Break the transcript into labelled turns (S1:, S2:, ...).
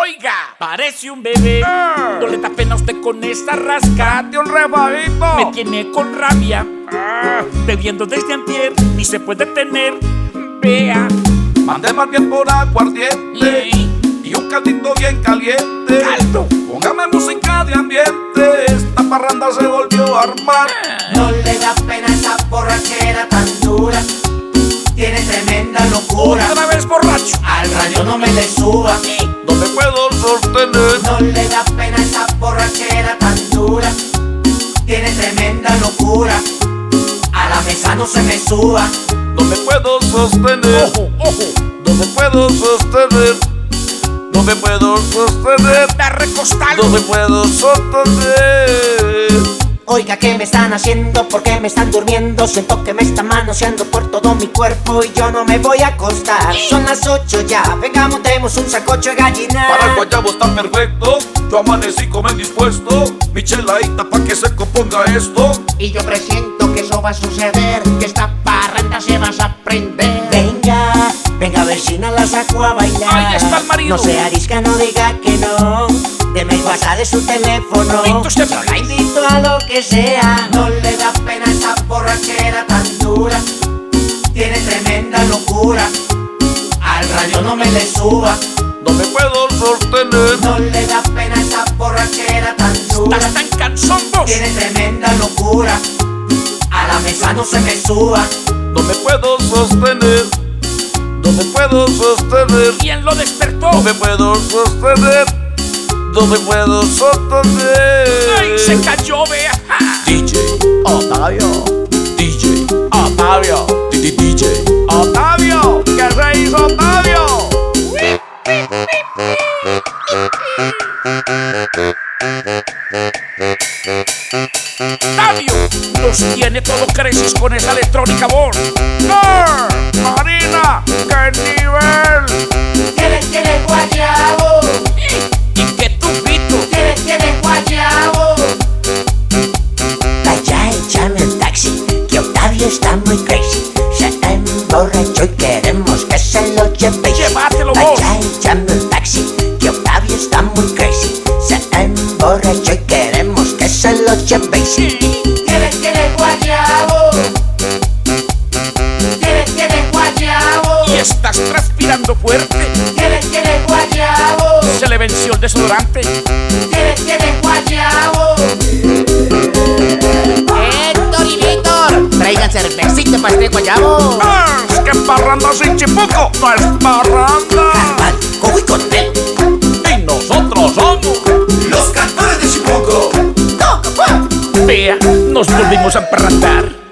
S1: Oiga,
S2: Parece un bebé.
S1: Ah.
S2: No le da pena a usted con esta rasca.
S1: date un rebadito.
S2: Me tiene con rabia.
S1: Ah,
S2: Bebiendo desde antier, ni se puede tener. Vea,
S1: mande más bien por aguardiente
S2: Ey.
S1: y un caldito bien caliente.
S2: caldo.
S1: Póngame música de ambiente. Esta parranda se volvió a armar.
S2: Ah.
S3: No le da pena esa borrachera tan dura. Tiene tremenda locura.
S2: Otra vez borracho.
S3: Al radio no me le suba.
S1: No me puedo sostener.
S3: No le da pena esa borrachera tan dura. Tiene tremenda locura. A la mesa no se me suba.
S1: No me puedo sostener.
S2: Ojo, ojo.
S1: No me puedo sostener. No me puedo sostener.
S2: Da recostado.
S1: No me puedo sostener.
S3: Oiga, ¿qué me están haciendo? ¿Por qué me están durmiendo? Siento que me están manoseando por todo mi cuerpo y yo no me voy a acostar. Son las 8 ya, venga, montemos un sacocho de
S2: Ah.
S3: gallina.
S1: Para el guayabo está perfecto. Yo amanecí comen dispuesto. Mi chelaita pa' que se componga esto.
S3: Y yo presiento que eso va a suceder, que esta parranda se vas a prender. Venga, venga vecina, la saco a bailar.
S2: Ahí está el marido.
S3: No sea arisca, no diga que no. Deme el WhatsApp de su teléfono.
S2: Momentos
S3: Yo la
S2: temporales.
S3: invito a lo que sea. No le da pena esa borrachera tan dura. Tiene tremenda locura. Al radio no me le suba.
S1: No me puedo sostener.
S3: No le da pena esa borrachera tan dura.
S2: Estás tan cansón vos.
S3: Tiene tremenda locura. A la mesa no se me suba.
S1: No me puedo sostener. No me puedo sostener.
S2: ¿Quién lo despertó?
S1: No me puedo sostener. No me puedo
S2: Ay, se
S1: sostener.
S2: cayó, vea. Ja.
S1: DJ,
S3: Octavio,
S1: DJ,
S3: Octavio,
S1: di- di- DJ.
S3: Octavio,
S1: ¿Qué se hizo Octavio?
S2: Octavio. Los tiene todos creces con esa electrónica, vos.
S1: ¡Girl! ¡Marina! ¡Qué nivel!
S3: ¿Quieres, quieres guayabo?
S2: Y que tupito.
S3: ¿Quieres, quieres guayabo? Vaya, échame un taxi, que Octavio está muy crazy. Se emborrachó y queremos que se lo llevéis.
S2: Llévatelo vos.
S3: Vaya, échame un taxi, que Octavio está muy crazy. Se emborrachó y queremos que se lo llevéis. ¿Quieres, quieres guayabo? ¿Quieres, quieres guayabo?
S2: Y estás transpirando fuerte.
S3: ¿Quieres, quieres guayabo?
S2: Se le venció el desodorante.
S3: ¿Quieres, quieres guayabo?
S4: Héctor y Víctor, traigan cervecita para este guayabo.
S2: Ah,
S1: ¡Es que parranda sin chipuco! ¡No es parranda!
S3: Con y con él.
S1: ¡Y nosotros somos!
S3: Los cantores de Chipoco.
S2: Vea, nos volvimos a emparrandar.